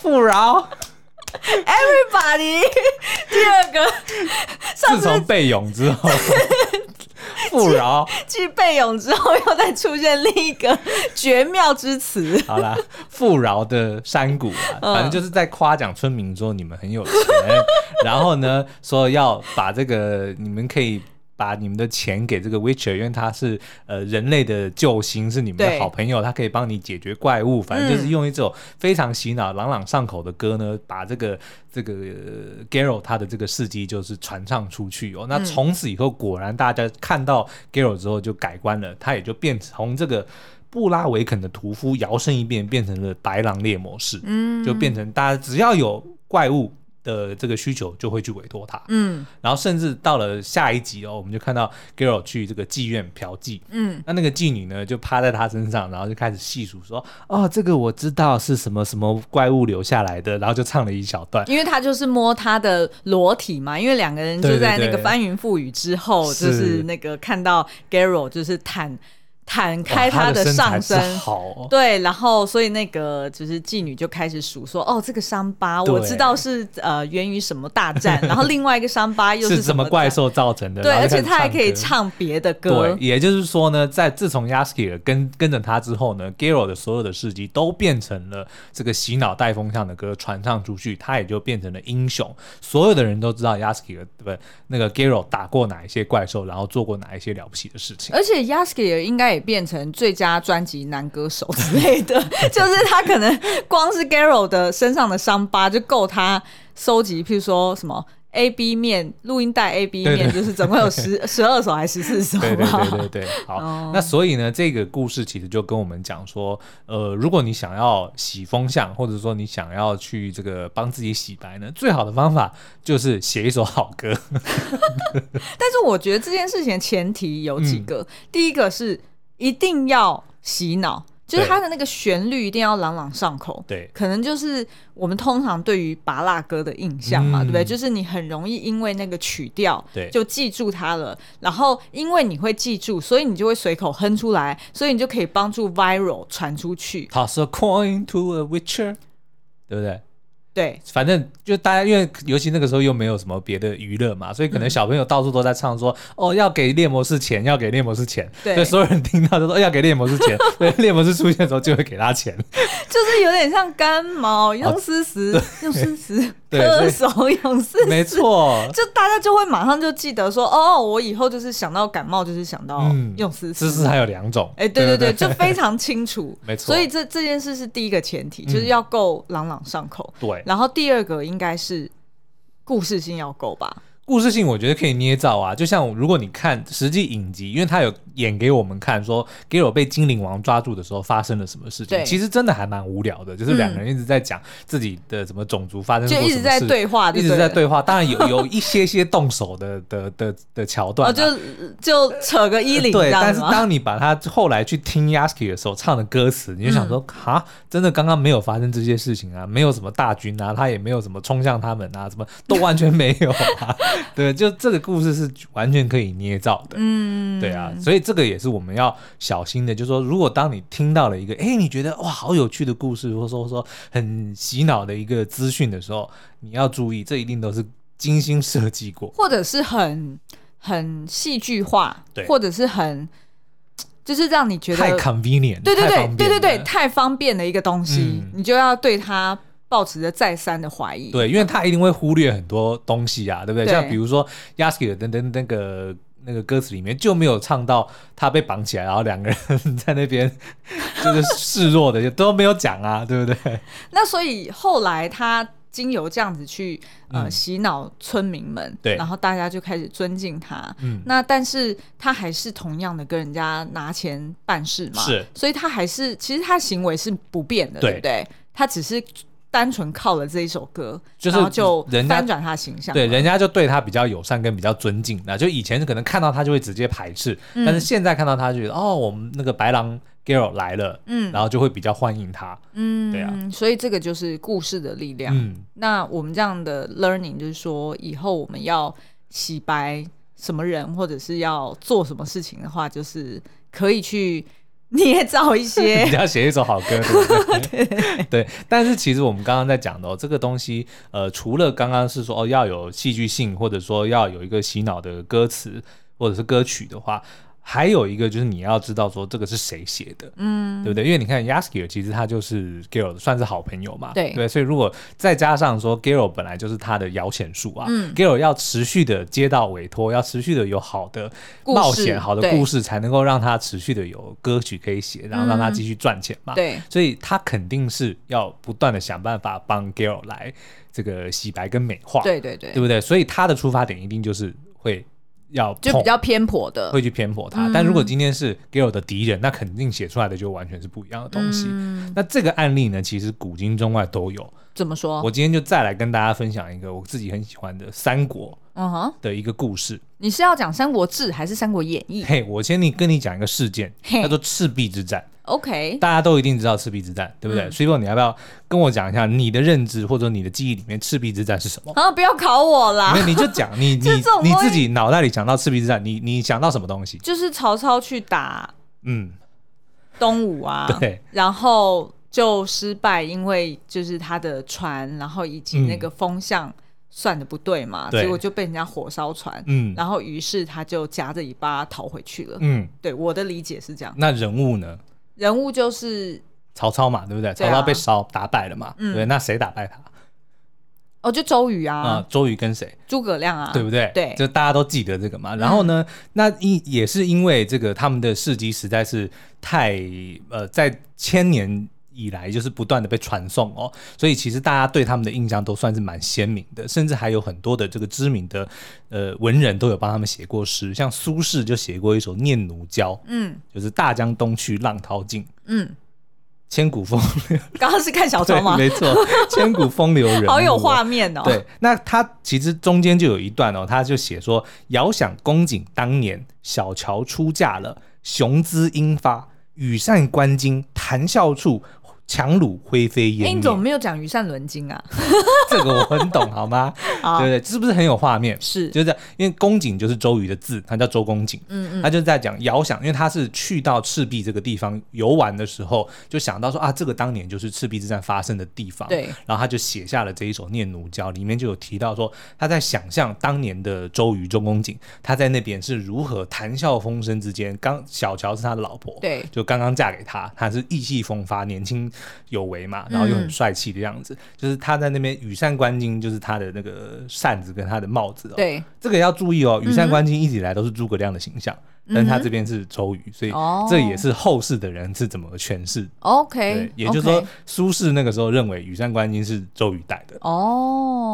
Speaker 2: 富饶。
Speaker 1: ？Everybody，第二个上
Speaker 2: 自
Speaker 1: 次
Speaker 2: 从被勇之 后，富饶。
Speaker 1: 继背咏之后，又再出现另一个绝妙之词。
Speaker 2: 好啦，富饶的山谷啊，
Speaker 1: 嗯
Speaker 2: 反正就是在夸奖村民说你们很有钱， 然后呢说要把这个你们可以。把你们的钱给这个 Witcher，因为他是呃人类的救星，是你们的
Speaker 1: 对
Speaker 2: 好朋友，他可以帮你解决怪物。反正就是用一首非常洗脑、朗朗上口的歌呢，把这个这个 g a r o 他的这个事迹就是传唱出去哦。那从此以后，果然大家看到 g a r o 之后就改观了，他也就变从这个布拉维肯的屠夫摇身一变，变成了白狼猎魔士，嗯，就变成大家只要有怪物的这个需求，就会去委托他，
Speaker 1: 嗯
Speaker 2: 然后甚至到了下一集哦，我们就看到 g i r l 去这个妓院嫖妓，
Speaker 1: 嗯，
Speaker 2: 那那个妓女呢就趴在他身上，然后就开始细数说，哦，这个我知道是什么什么怪物留下来的，然后就唱了一小段，
Speaker 1: 因为他就是摸他的裸体嘛，因为两个人就在那
Speaker 2: 对对
Speaker 1: 个
Speaker 2: 对
Speaker 1: 翻云覆雨之后，
Speaker 2: 是
Speaker 1: 就是那个看到 Garo 就是坦坦开
Speaker 2: 哇他
Speaker 1: 的上
Speaker 2: 身
Speaker 1: 身。
Speaker 2: 材之好、哦。
Speaker 1: 对，然后所以那个就是妓女就开始数说，哦，这个伤疤
Speaker 2: 对
Speaker 1: 我知道是呃源于什么大 战，然后另外一个伤疤又
Speaker 2: 是
Speaker 1: 什
Speaker 2: 什么
Speaker 1: 么
Speaker 2: 怪
Speaker 1: 战？
Speaker 2: 兽造成的？
Speaker 1: 对，
Speaker 2: 然后
Speaker 1: 而
Speaker 2: 就
Speaker 1: 且
Speaker 2: 开始
Speaker 1: 他还可以
Speaker 2: 歌
Speaker 1: 唱别的歌
Speaker 2: 对，，也就是说呢，在自从 Yaskier 跟跟着他之后呢 g a r o 的所有的事迹都变成了这个洗脑带风向的歌传唱出去，他也就变成了英雄。所有的人都知道 Yaskier 对不对？那个 g a r o 打过哪一些怪兽，然后做过哪一些了不起的事 情。
Speaker 1: 而且 Yaskier 应该也变成最佳专辑男歌手之类的， 就是他可能光是 Garo 的身上的伤疤就够他收集，譬如说什么 A B 面录音带 A B
Speaker 2: 对对
Speaker 1: 面，就是总共有 十十二首还是十四首啊
Speaker 2: 对对
Speaker 1: 吧？
Speaker 2: 对对对，好，
Speaker 1: 哦
Speaker 2: 那所以呢，这个故事其实就跟我们讲说，呃，如果你想要洗风向，或者说你想要去这个帮自己洗白呢，最好的方法就是写一首好歌。
Speaker 1: 但是我觉得这件事情的前提有几
Speaker 2: 嗯
Speaker 1: 个，第一个是一定要洗脑，就是
Speaker 2: 对
Speaker 1: 它的那个旋律一定要朗朗上口。
Speaker 2: 对
Speaker 1: 可能就是我们通常对于拔蜡歌的印象嘛，对
Speaker 2: 嗯
Speaker 1: 不对？就是你很容易因为那个曲调，
Speaker 2: 对
Speaker 1: 就记住它了。然后因为你会记住，所以你就会随口哼出来，所以你就可以帮助 viral 传出去。
Speaker 2: Toss a coin to a witcher，对不对？
Speaker 1: 对，
Speaker 2: 反正就大家因为尤其那个时候又没有什么别的娱乐嘛，所以可
Speaker 1: 嗯
Speaker 2: 能小朋友到处都在唱说、哦要给猎魔士钱，要给猎魔士钱，
Speaker 1: 对
Speaker 2: 所以所有人听到就说、哦要给猎魔士 钱，所以猎魔士出现的时候就会给他钱，
Speaker 1: 就是有点像干毛用丝丝， 用丝丝，
Speaker 2: 对
Speaker 1: 歌
Speaker 2: 对
Speaker 1: 手用丝丝，
Speaker 2: 没错，
Speaker 1: 就大家就会马上就记得说，哦，我以后就是想到感冒就是想到
Speaker 2: 嗯
Speaker 1: 用丝
Speaker 2: 知
Speaker 1: 丝。
Speaker 2: 识还有两种，
Speaker 1: 哎、对对对，
Speaker 2: 对
Speaker 1: 就非常清楚，
Speaker 2: 没错嗯
Speaker 1: 所以这这件事是第一个前提，就是要够朗朗上口。
Speaker 2: 对，
Speaker 1: 然后第二个应该是故事性要够吧？
Speaker 2: 故事性我觉得可以捏造啊，就像如果你看实际影集，因为他有演给我们看说 g a r o 被精灵王抓住的时候发生了什么事情，
Speaker 1: 对
Speaker 2: 其实真的还蛮无聊的，就是两个人一直在讲自己的什么种族发生过
Speaker 1: 就
Speaker 2: 什么
Speaker 1: 一直在
Speaker 2: 嗯事
Speaker 1: 对话就
Speaker 2: 一直
Speaker 1: 对
Speaker 2: 在
Speaker 1: 了
Speaker 2: 对话，当然有有一些些动手的的的的桥段啊、
Speaker 1: 哦，就就扯个衣领这
Speaker 2: 对，
Speaker 1: 样
Speaker 2: 但
Speaker 1: 子
Speaker 2: 是
Speaker 1: 吗？
Speaker 2: 当你把他后来去听 Yasky 的时候唱的歌词，你就想说，
Speaker 1: 嗯
Speaker 2: 哈、真的刚刚没有发生这些事情啊，没有什么大军啊，他也没有什么冲向他们啊，什么都完全没有 啊。对，就这个故事是完全可以捏造的。
Speaker 1: 嗯，
Speaker 2: 对啊，所以这个也是我们要小心的，就是说，如果当你听到了一个，哎，你觉得哇好有趣的故事，或者说说很洗脑的一个资讯的时候，你要注意，这一定都是精心设计过。
Speaker 1: 或者是很很戏剧化，
Speaker 2: 对
Speaker 1: 或者是很就是让你觉得
Speaker 2: 太 convenient，
Speaker 1: 对对
Speaker 2: 太
Speaker 1: 对
Speaker 2: 方便
Speaker 1: 对对对，
Speaker 2: 了
Speaker 1: 太方便的一个东西，
Speaker 2: 嗯
Speaker 1: 你就要对它抱持着再三的怀疑。
Speaker 2: 对，因为他一定会忽略很多东西啊，对不对？
Speaker 1: 对
Speaker 2: 像比如说 Yasky 的等等那个那个歌词里面就没有唱到他被绑起来，然后两个人 在那边就是示弱的，也都没有讲啊，对不对？
Speaker 1: 那所以后来他经由这样子去呃
Speaker 2: 嗯
Speaker 1: 洗脑村民们，
Speaker 2: 对
Speaker 1: 然后大家就开始尊敬他。
Speaker 2: 嗯，
Speaker 1: 那但是他还是同样的跟人家拿钱办事嘛，
Speaker 2: 是，
Speaker 1: 所以他还是其实他行为是不变的，
Speaker 2: 对
Speaker 1: 对不对？他只是单纯靠了这一首歌，
Speaker 2: 就是
Speaker 1: 然后就
Speaker 2: 人家
Speaker 1: 翻转他的形象，
Speaker 2: 对，人家就对他比较友善跟比较尊敬那就以前可能看到他就会直接排斥，
Speaker 1: 嗯
Speaker 2: 但是现在看到他就觉得哦，我们那个白狼 girl 来了，
Speaker 1: 嗯
Speaker 2: 然后就会比较欢迎他。
Speaker 1: 嗯，
Speaker 2: 对啊，
Speaker 1: 所以这个就是故事的力量。
Speaker 2: 嗯，
Speaker 1: 那我们这样的 learning 就是说，以后我们要洗白什么人，或者是要做什么事情的话，就是可以去捏造一些
Speaker 2: 你。要写一首好歌，对不 对？对。但是其实我们刚刚在讲的哦，这个东西，呃，除了刚刚是说哦要有戏剧性，或者说要有一个洗脑的歌词或者是歌曲的话，还有一个就是你要知道说这个是谁写的，嗯，对不对？因为你看 Yaskier 其实他就是 g a r l 算是好朋友嘛，
Speaker 1: 对
Speaker 2: 对，所以如果再加上说 g a r l 本来就是他的摇钱树啊、g
Speaker 1: 嗯
Speaker 2: a r l 要持续的接到委托，要持续的有好的
Speaker 1: 故事
Speaker 2: 冒险、好的
Speaker 1: 对
Speaker 2: 故事，才能够让他持续的有歌曲可以写，然后让他继续赚钱嘛，
Speaker 1: 嗯对，
Speaker 2: 所以他肯定是要不断的想办法帮 g a r l 来这个洗白跟美化，
Speaker 1: 对对对
Speaker 2: 对，不对？所以他的出发点一定就是会要
Speaker 1: 就
Speaker 2: 碰
Speaker 1: 比较嗯偏颇的。
Speaker 2: 会去偏颇他。但如果今天是 g a l 的敌人，那肯定写出来的就完全是不一样的东西。
Speaker 1: 嗯
Speaker 2: 那这个案例呢，其实古今中外都有。
Speaker 1: 怎么说
Speaker 2: 我？今天就再来跟大家分享一个我自己很喜欢的三国
Speaker 1: 嗯哼，
Speaker 2: 的一个故事。
Speaker 1: 你是要讲《三国志》还是《三国演 义》
Speaker 2: 嘿，我先你跟你讲一个事件，
Speaker 1: 嘿
Speaker 2: 叫做赤壁之战。
Speaker 1: ？OK，
Speaker 2: 大家都一定知道赤壁之战，对不
Speaker 1: 嗯
Speaker 2: 对？所以说你要不要跟我讲一下你的认知或者你的记忆里面赤壁之战是什么？
Speaker 1: 啊，不要考我啦
Speaker 2: 没。有，你就讲 你你
Speaker 1: 这种
Speaker 2: 你
Speaker 1: 东西
Speaker 2: 自己脑袋里想到赤壁之战，你你想到什么东西？
Speaker 1: 就是曹操去打
Speaker 2: 嗯，
Speaker 1: 东吴啊，
Speaker 2: 对，
Speaker 1: 然后就失败，因为就是他的船，然后以及那个风向算的不对嘛，
Speaker 2: 嗯对
Speaker 1: 结果就被人家火烧船，
Speaker 2: 嗯
Speaker 1: 然后于是他就夹着尾巴逃回去了。
Speaker 2: 嗯，
Speaker 1: 对我的理解是这样，
Speaker 2: 那人物呢？
Speaker 1: 人物就是
Speaker 2: 曹操嘛，对不对？
Speaker 1: 对
Speaker 2: 曹
Speaker 1: 啊
Speaker 2: 操被烧打败了嘛，对，那谁打败他？
Speaker 1: 哦，就周瑜啊
Speaker 2: 啊，，周瑜跟谁，
Speaker 1: 诸葛亮啊，
Speaker 2: 对不对？
Speaker 1: 对嗯
Speaker 2: 就大家都记得这个嘛。然后呢，那因也是因为这个他们的事迹实在是太呃，在千年以来就是不断的被传颂哦，所以其实大家对他们的印象都算是蛮鲜明的，甚至还有很多的这个知名的呃文人都有帮他们写过诗，像苏轼就写过一首《念奴娇》，
Speaker 1: 嗯
Speaker 2: 就是“大江东去，浪淘尽，
Speaker 1: 嗯，
Speaker 2: 千古风流”。
Speaker 1: 刚刚是看小说哦 吗？
Speaker 2: 没错，千古风流人物 哦，
Speaker 1: 好有画面哦。
Speaker 2: 对，那他其实中间就有一段哦，他就写说：“遥想公瑾当年，小乔出嫁了，雄姿英发，羽扇纶巾，谈笑处，樯橹灰飞
Speaker 1: 哎、
Speaker 2: 烟
Speaker 1: 你
Speaker 2: 灭。
Speaker 1: 怎么没有讲羽扇纶巾啊？
Speaker 2: 这个我很懂，好吗？
Speaker 1: 好
Speaker 2: 对不对？是不是很有画面？
Speaker 1: 是
Speaker 2: 就是这样，因为公瑾就是周瑜的字，他叫周公瑾。
Speaker 1: 嗯
Speaker 2: 他就在讲遥想，因为他是去到赤壁这个地方游玩的时候，就想到说啊，这个当年就是赤壁之战发生的地方。
Speaker 1: 对
Speaker 2: 然后他就写下了这一首《念奴娇》，里面就有提到说他在想象当年的周瑜、周公瑾，他在那边是如何谈笑风生之间，刚小乔是他的老婆，
Speaker 1: 对
Speaker 2: 就刚刚嫁给他，他是意气风发、年轻有为嘛，然后又很帅气的样
Speaker 1: 嗯
Speaker 2: 子，就是他在那边羽扇纶巾，就是他的那个扇子跟他的帽子、哦，
Speaker 1: 对，嗯
Speaker 2: 这个要注意哦，羽扇纶巾一直以来都是诸葛亮的形象，但是他这边是周瑜，所以
Speaker 1: 哦
Speaker 2: 这也是后世的人是怎么诠释。
Speaker 1: OK，
Speaker 2: 对，也就是说，苏轼那个时候认为羽扇纶巾是周瑜戴的。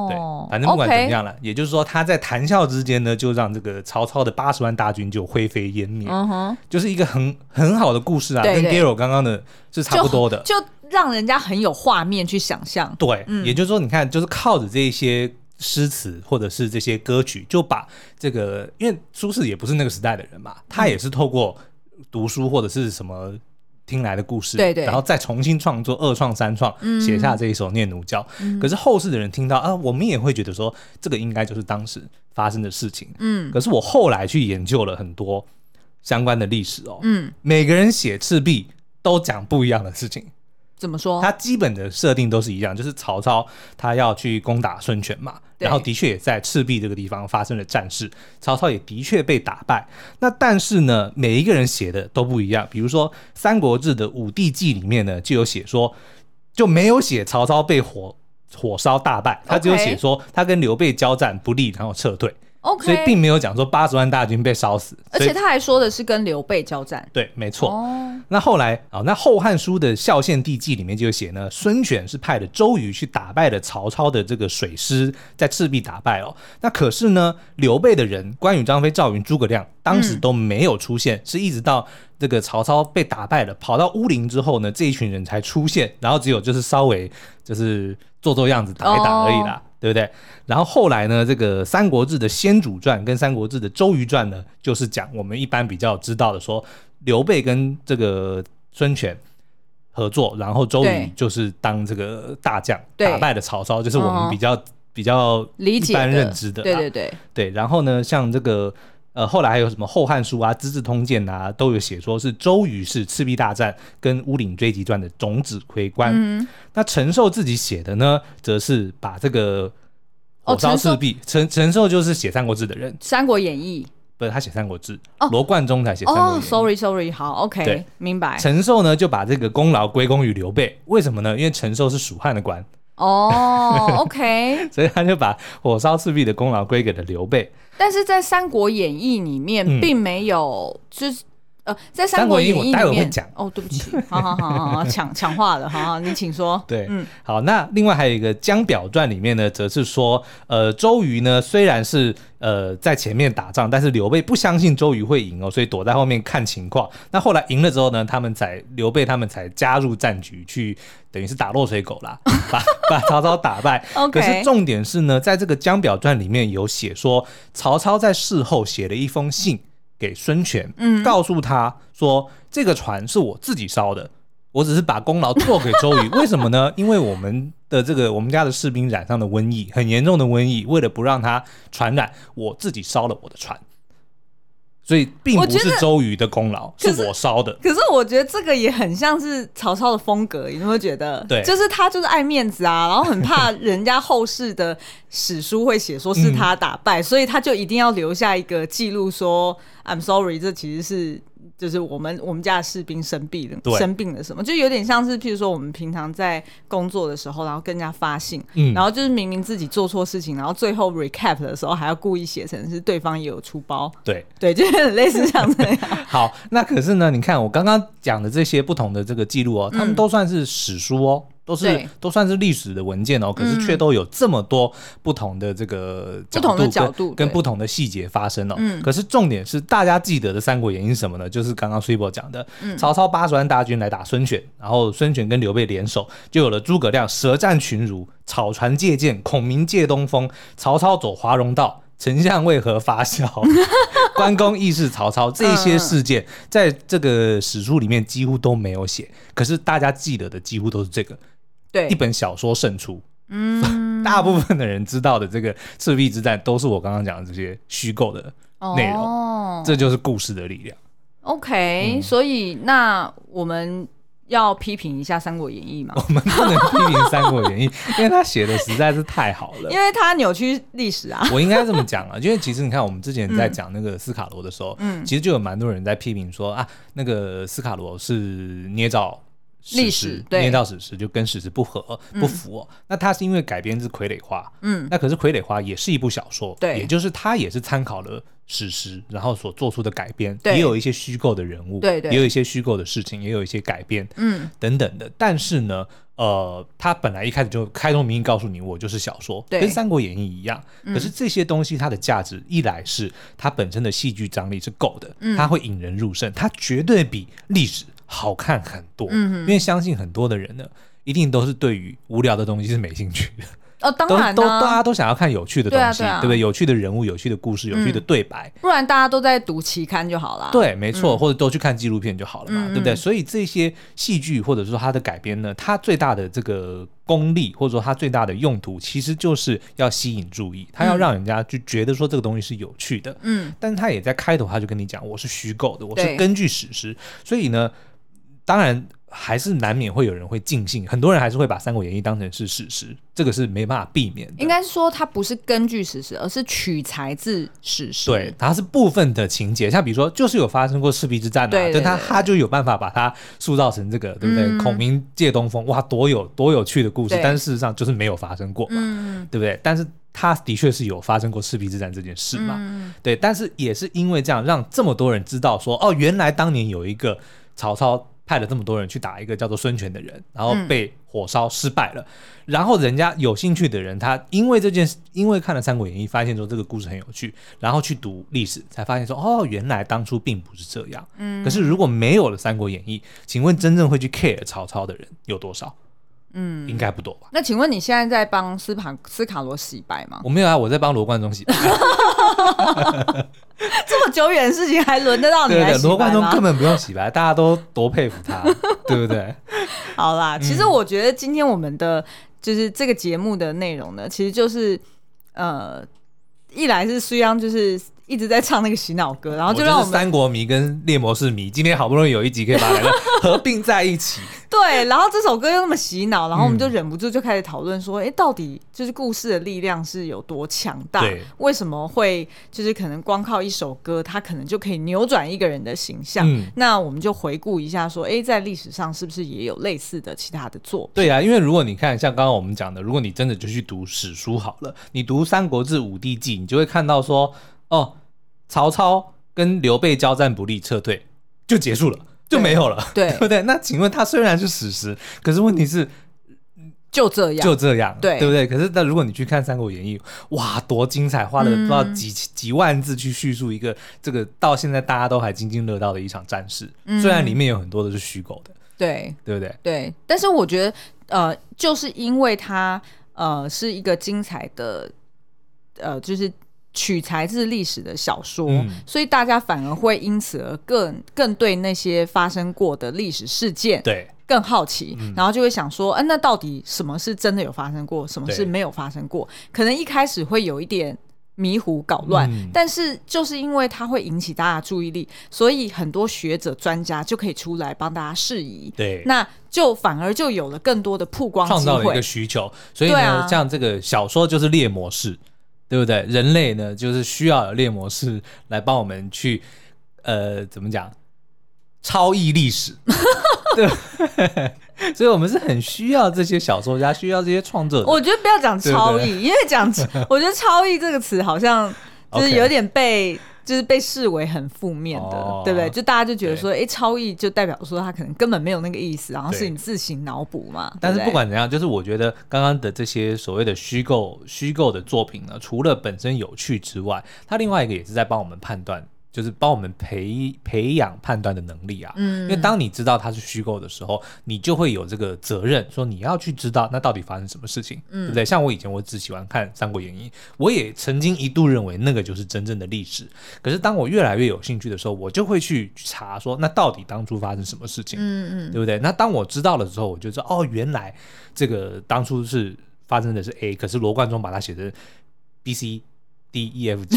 Speaker 2: 对
Speaker 1: 哦，，
Speaker 2: 反正不管
Speaker 1: OK
Speaker 2: 怎么，样了也就是说他在谈笑之间呢，就让这个曹操的八十万大军就灰飞烟灭，
Speaker 1: 嗯哼，
Speaker 2: 就是一个很很好的故事啊，
Speaker 1: 对
Speaker 2: 跟
Speaker 1: 对
Speaker 2: Gero 刚刚的是差不多的。
Speaker 1: 就让人家很有画面去想象。
Speaker 2: 对，也就是说，你看，就是靠着这一些诗词或者是这些歌曲，就把这个，因为苏轼也不是那个时代的人嘛，他也是透过读书或者是什么。听来的故事，
Speaker 1: 对对
Speaker 2: 然后再重新创作，二创三创，写下这一首《念奴娇》
Speaker 1: 嗯
Speaker 2: 可是后世的人听到啊，我们也会觉得说，这个应该就是当时发生的事情。
Speaker 1: 嗯
Speaker 2: 可是我后来去研究了很多相关的历史哦，
Speaker 1: 嗯，
Speaker 2: 每个人写赤壁都讲不一样的事情。
Speaker 1: 怎么说？
Speaker 2: 它基本的设定都是一样，就是曹操他要去攻打孙权嘛，
Speaker 1: 对
Speaker 2: 然后的确也在赤壁这个地方发生了战事，曹操也的确被打败。那但是呢，每一个人写的都不一样，比如说《三国志》的《武帝纪》里面呢，就有写说就没有写曹操被火火烧大败，他只有
Speaker 1: OK
Speaker 2: 写说他跟刘备交战不利，然后撤退，所以
Speaker 1: OK，
Speaker 2: 并没有讲说八十万大军被烧死。
Speaker 1: 而
Speaker 2: 所以
Speaker 1: 且他还说的是跟刘备交战。
Speaker 2: 对，没错。
Speaker 1: 哦，
Speaker 2: 那后来啊、那《后汉书》的《孝献帝纪》里面就有写呢，孙权是派了周瑜去打败了曹操的这个水师，在赤壁打败哦。那可是呢，刘备的人关羽、张飞、赵云、诸葛亮当时都没有出现，是一直到这个曹操被打败了，跑到乌林之后呢，这一群人才出现，然后只有就是稍微就是做做样子打一打而已啦。啊对不对？然后后来呢，这个《三国志》的《先主传》跟《三国志》的《周瑜传》呢，就是讲我们一般比较知道的说，刘备跟这个孙权合作，然后周瑜
Speaker 1: 对
Speaker 2: 就是当这个大将，
Speaker 1: 对
Speaker 2: 打败了曹操，就是我
Speaker 1: 嗯
Speaker 2: 们
Speaker 1: 哼
Speaker 2: 比较、比较
Speaker 1: 理解的
Speaker 2: 一般认知的啦，啊
Speaker 1: 对对对，
Speaker 2: 对，然后呢，像这个呃，后来还有什么《后汉书》啊，《资治通鉴》啊，都有写说是周瑜是赤壁大战跟乌岭追击传的总指挥官。
Speaker 1: 嗯
Speaker 2: 那陈寿自己写的呢，则是把这个
Speaker 1: 哦
Speaker 2: 火烧
Speaker 1: 陈寿
Speaker 2: 赤壁，陈陈寿就是写《三国志》的人，
Speaker 1: 《三国演义
Speaker 2: 不是他写《三国志》
Speaker 1: 哦
Speaker 2: 罗贯中才写《三国
Speaker 1: 哦
Speaker 2: 演义》
Speaker 1: ，sorry sorry，好
Speaker 2: 对
Speaker 1: ，OK，明白。
Speaker 2: 陈寿呢，就把这个功劳归功于刘备，为什么呢？因为陈寿是蜀汉的官，
Speaker 1: 哦 ，OK，
Speaker 2: 所以他就把火烧赤壁的功劳归给了刘备。
Speaker 1: 但是在《三国演义》里面
Speaker 2: 嗯
Speaker 1: 并没有，就是呃，在《
Speaker 2: 三国
Speaker 1: 国
Speaker 2: 演义
Speaker 1: 演
Speaker 2: 我
Speaker 1: 义》
Speaker 2: 待
Speaker 1: 里
Speaker 2: 会
Speaker 1: 面
Speaker 2: 会讲，
Speaker 1: 哦，对不起，好好好好好，抢抢话了，好好，你请说。
Speaker 2: 对，
Speaker 1: 嗯，
Speaker 2: 好，那另外还有一个《江表传》里面呢，则是说，呃，周瑜呢虽然是呃在前面打仗，但是刘备不相信周瑜会赢哦，所以躲在后面看情况。那后来赢了之后呢，他们才刘备他们才加入战局去，等于是打落水狗啦，把 把曹操打败。
Speaker 1: OK
Speaker 2: 可是重点是呢，在这个《江表传》里面有写说，曹操在事后写了一封信给孙权，嗯，告诉他说这个船是我自己烧的，我只是把功劳做给周瑜。为什么 呢？因为我们的这个我们家的士兵染上了瘟疫，很严重的瘟疫，为了不让它传染，我自己烧了我的船。所以并
Speaker 1: 我
Speaker 2: 不
Speaker 1: 觉得
Speaker 2: 是周瑜的功劳，
Speaker 1: 可
Speaker 2: 是
Speaker 1: 是
Speaker 2: 我烧的。
Speaker 1: 可是我觉得这个也很像是曹操的风格，你有没有觉得？
Speaker 2: 对
Speaker 1: 就是他就是爱面子啊，然后很怕人家后世的史书会写说是他打败，所以他就一定要留下一个记录说，I'm sorry，这其实是就是我们我们家的士兵生病
Speaker 2: 对
Speaker 1: 了，生病了什么，就有点像是譬如说我们平常在工作的时候，然后跟人家发信，
Speaker 2: 嗯
Speaker 1: 然后就是明明自己做错事情，然后最后 recap 的时候还要故意写成是对方也有出包，
Speaker 2: 对，
Speaker 1: 对，就是很类似像这 样，
Speaker 2: 好，那可是呢，你看我刚刚讲的这些不同的这个记录哦，他们都算是史书哦。都是
Speaker 1: 对
Speaker 2: 都算是历史的文件哦，可是却都有这么多不同的这个角度
Speaker 1: 不同的角
Speaker 2: 跟
Speaker 1: 度
Speaker 2: 跟
Speaker 1: 对嗯
Speaker 2: 不同的细节发生哦。可是重点是大家记得的《三国演义》是什么呢？就是刚刚 s u p e 讲的，
Speaker 1: 嗯
Speaker 2: 曹操八十万大军来打孙权，然后孙权跟刘备联手，就有了诸葛亮舌战群儒，草船借箭，孔明借东风，曹操走华容道。丞相为何发笑？ 关公义释曹操这些事件，
Speaker 1: 嗯
Speaker 2: 在这个史书里面几乎都没有写，可是大家记得的几乎都是这个
Speaker 1: 对
Speaker 2: 一，本小说胜出。嗯， 大部分的人知道的这个赤壁之战，都是我刚刚讲的这些虚构的内容，
Speaker 1: 哦
Speaker 2: 这就是故事的力量。
Speaker 1: OK，、所以那我们要批评一下《三国演义》 嘛，
Speaker 2: 我们不能批评《三国演义》，因为他写的实在是太好了
Speaker 1: 因。为它扭曲历史啊。
Speaker 2: 我应该这么讲啊，因为其实你看，我们
Speaker 1: 嗯
Speaker 2: 之前在讲那个斯卡罗的时候，嗯，其实就有蛮多人在批评说啊，那个斯卡罗是捏造史实
Speaker 1: 历史对
Speaker 2: 捏造史实，就跟史实不合不符、哦。那他是因为改编自《傀儡花》，
Speaker 1: 嗯，
Speaker 2: 那可是《傀儡花》也是一部小说，
Speaker 1: 对
Speaker 2: 也就是他也是参考了史实，然后所做出的改编，
Speaker 1: 对
Speaker 2: 也有一些虚构的人物，
Speaker 1: 对对
Speaker 2: 也有一些虚构的事情，也有一些改编，
Speaker 1: 嗯，
Speaker 2: 等等的。但是呢，呃，他本来一开始就开宗明义告诉你，我就是小说，
Speaker 1: 对嗯
Speaker 2: 跟《三国演义》一样。可是这些东西它的价值，一来是它本身的戏剧张力是够的，
Speaker 1: 嗯
Speaker 2: 它会引人入胜，它绝对比历史好看很多。
Speaker 1: 嗯
Speaker 2: 因为相信很多的人呢，一定都是对于无聊的东西是没兴趣的。
Speaker 1: 哦，当
Speaker 2: 都
Speaker 1: 然
Speaker 2: 都
Speaker 1: 呢、
Speaker 2: 大家都想要看有趣的东
Speaker 1: 对啊
Speaker 2: 西，
Speaker 1: 对啊嗯
Speaker 2: 不对？有趣的人物、有趣的故事、有趣的对白，
Speaker 1: 不然大家都在读期刊就好啦。，
Speaker 2: 对，没错，
Speaker 1: 嗯
Speaker 2: 或者都去看纪录片就好了嘛，对不对？所以这些戏剧或者说它的改编呢，它最大的这个功力或者说它最大的用途，其实就是要吸引注意，它要让人家就觉得说这个东西是有趣的。
Speaker 1: 嗯，
Speaker 2: 但它也在开头他就跟你讲，我是虚构的，我是
Speaker 1: 对
Speaker 2: 根据史实，所以呢，当然。还是难免会有人会尽兴，很多人还是会把《三国演义》当成是史实，这个是没办法避免的。
Speaker 1: 应该是说它不是根据史实，而是取材自史实。
Speaker 2: 对，，它是部分的情节，像比如说，就是有发生过赤壁之战的、啊，
Speaker 1: 对对
Speaker 2: 但他
Speaker 1: 对嗯
Speaker 2: 他就有办法把它塑造成这个，对不对？孔明借东风，哇，多有多有趣的故事
Speaker 1: 对，
Speaker 2: 但是事实上就是没有发生过嘛，对不对？但是他的确是有发生过赤壁之战这件事嘛，对，但是也是因为这样，让这么多人知道说，哦，原来当年有一个曹操派了这么多人去打一个叫做孙权的人，然后被火烧失败了。然后人家有兴趣的人，他因为这件事，因为看了《三国演义》，发现说这个故事很有趣，然后去读历史，才发现说，哦，原来当初并不是这样。嗯，可是如果没有了《三国演义》，请问真正会去 care 曹操的人有多少？嗯，应该不多吧。
Speaker 1: 那请问你现在在帮斯卡斯卡罗洗白吗？
Speaker 2: 我没有啊，我在帮罗贯中洗 白。
Speaker 1: 这么久远的事情还轮得到你
Speaker 2: 对
Speaker 1: 来
Speaker 2: 对，
Speaker 1: 洗
Speaker 2: 罗贯
Speaker 1: 白
Speaker 2: 中
Speaker 1: 吗？
Speaker 2: 根本不用洗白，大家都多佩服 他，对不对？
Speaker 1: 好啦，
Speaker 2: 嗯
Speaker 1: 其实我觉得今天我们的、就是这个节目的内容呢，其实就是呃，一来是虽然就是一直在唱那个洗脑歌，然后就
Speaker 2: 就
Speaker 1: 让我
Speaker 2: 是
Speaker 1: 们
Speaker 2: 三国迷跟猎魔士迷，今天好不容易有一集可以把两个 合并在一起。
Speaker 1: 对，然后这首歌又那么洗脑，然后我
Speaker 2: 嗯
Speaker 1: 们就忍不住就开始讨论说，哎、到底就是故事的力量是有多强大
Speaker 2: 对？
Speaker 1: 为什么会就是可能光靠一首歌，它可能就可以扭转一个人的形象？
Speaker 2: 嗯
Speaker 1: 那我们就回顾一下说，哎、在历史上是不是也有类似的其他的作品？
Speaker 2: 对啊，因为如果你看像刚刚我们讲的，如果你真的就去读史书好了，你读《三国志·五帝纪》，你就会看到说，哦，曹操跟刘备交战不利，撤退就结束了，就没有了，
Speaker 1: 对
Speaker 2: 对不对？那请问他虽然是史实，可是问题是
Speaker 1: 就这样，
Speaker 2: 就这样，
Speaker 1: 对
Speaker 2: 对不对？可是，那如果你去看《三国演义》，哇，多精彩，花了不知
Speaker 1: 嗯
Speaker 2: 道几、几万字去叙述一个这个到现在大家都还津津乐道的一场战事，
Speaker 1: 嗯
Speaker 2: 虽然里面有很多都是虚构的，
Speaker 1: 对。
Speaker 2: 对不对？
Speaker 1: 对，但是我觉得，呃，就是因为它呃是一个精彩的，呃，就是取材自历史的小说，
Speaker 2: 嗯
Speaker 1: 所以大家反而会因此而更更对那些发生过的历史事件
Speaker 2: 对，
Speaker 1: 更好奇，然后就会想说，嗯、那到底什么是真的有发生过，什么
Speaker 2: 对
Speaker 1: 是没有发生过？可能一开始会有一点迷糊搞乱，
Speaker 2: 嗯
Speaker 1: 但是就是因为它会引起大家的注意力，所以很多学者专家就可以出来帮大家释疑。
Speaker 2: 对
Speaker 1: 那就反而就有了更多的曝光
Speaker 2: 创
Speaker 1: 机
Speaker 2: 造了一
Speaker 1: 会
Speaker 2: 个。需求，所以呢，
Speaker 1: 对啊
Speaker 2: 像这个小说就是猎魔士，对不对？人类呢，就是需要有猎魔士来帮我们去，呃，怎么讲？超译 历史，对， 所以我们是很需要这些小说家，需要这些创作者。
Speaker 1: 我觉得不要讲
Speaker 2: 对
Speaker 1: 超
Speaker 2: 对
Speaker 1: 译，因为讲我觉得超译这个词好像就是
Speaker 2: OK
Speaker 1: 有点被。就是被视为很负面的，
Speaker 2: 哦
Speaker 1: 对不对？就大家就觉得说，哎、超译就代表说他可能根本没有那个意思，然后是你自行脑补嘛。
Speaker 2: 但是
Speaker 1: 对
Speaker 2: 不
Speaker 1: 不对
Speaker 2: 管怎样，就是我觉得刚刚的这些所谓的虚构虚构的作品呢，除了本身有趣之外，它另外一个也是在帮我们判断，就是帮我们培培养判断的能力啊。嗯，因为当你知道它是虚构的时候，你就会有这个责任，说你要去知道那到底发生什么事情，嗯、对不对？像我以前我只喜欢看《三国演义》，我也曾经一度认为那个就是真正的历史。可是当我越来越有兴趣的时候，我就会去查说，那到底当初发生什么事情？
Speaker 1: 嗯嗯，
Speaker 2: 对不对？那当我知道了之后，我就知道哦，原来这个当初是发生的是 A，可是罗贯中把它写成 B C D E F G，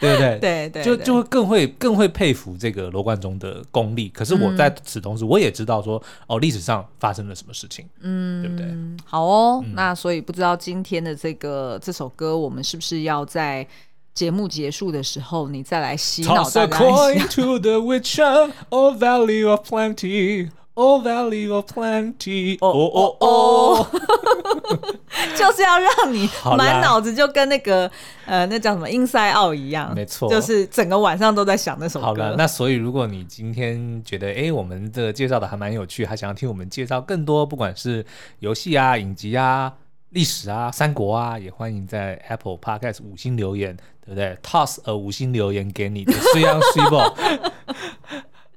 Speaker 2: 对不对？
Speaker 1: 对对，
Speaker 2: 就
Speaker 1: 对
Speaker 2: 就会更会更会佩服这个罗贯中的功力。可是我在此同时，我也知道说、哦，历史上发生了什么事情，嗯，对不对？
Speaker 1: 嗯，好哦。那所以不知道今天的这个这首歌，我们是不是要在节目结束的时候，你再来洗脑
Speaker 2: Toss
Speaker 1: 大
Speaker 2: a
Speaker 1: 家一
Speaker 2: coin
Speaker 1: 下？
Speaker 2: to the witcher, oh valley of plenty, oh valley of plenty, 哦哦哦，
Speaker 1: 就是要让你
Speaker 2: 好啦
Speaker 1: 满脑子就跟那个呃，那叫什么 Inside Out 一样，
Speaker 2: 没错
Speaker 1: 就是整个晚上都在想那首歌。
Speaker 2: 好了，那所以如果你今天觉得，哎、我们的介绍的还蛮有趣，还想要听我们介绍更多，不管是游戏啊、影集啊、历史啊、三国啊，也欢迎在 Apple Podcast 五星留言，对不对？Toss 呃五星留言给你，虽然 虽不。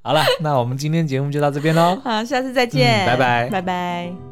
Speaker 2: 好了，那我们今天节目就到这边喽。
Speaker 1: 好，下次再见，
Speaker 2: 嗯拜拜
Speaker 1: 拜拜。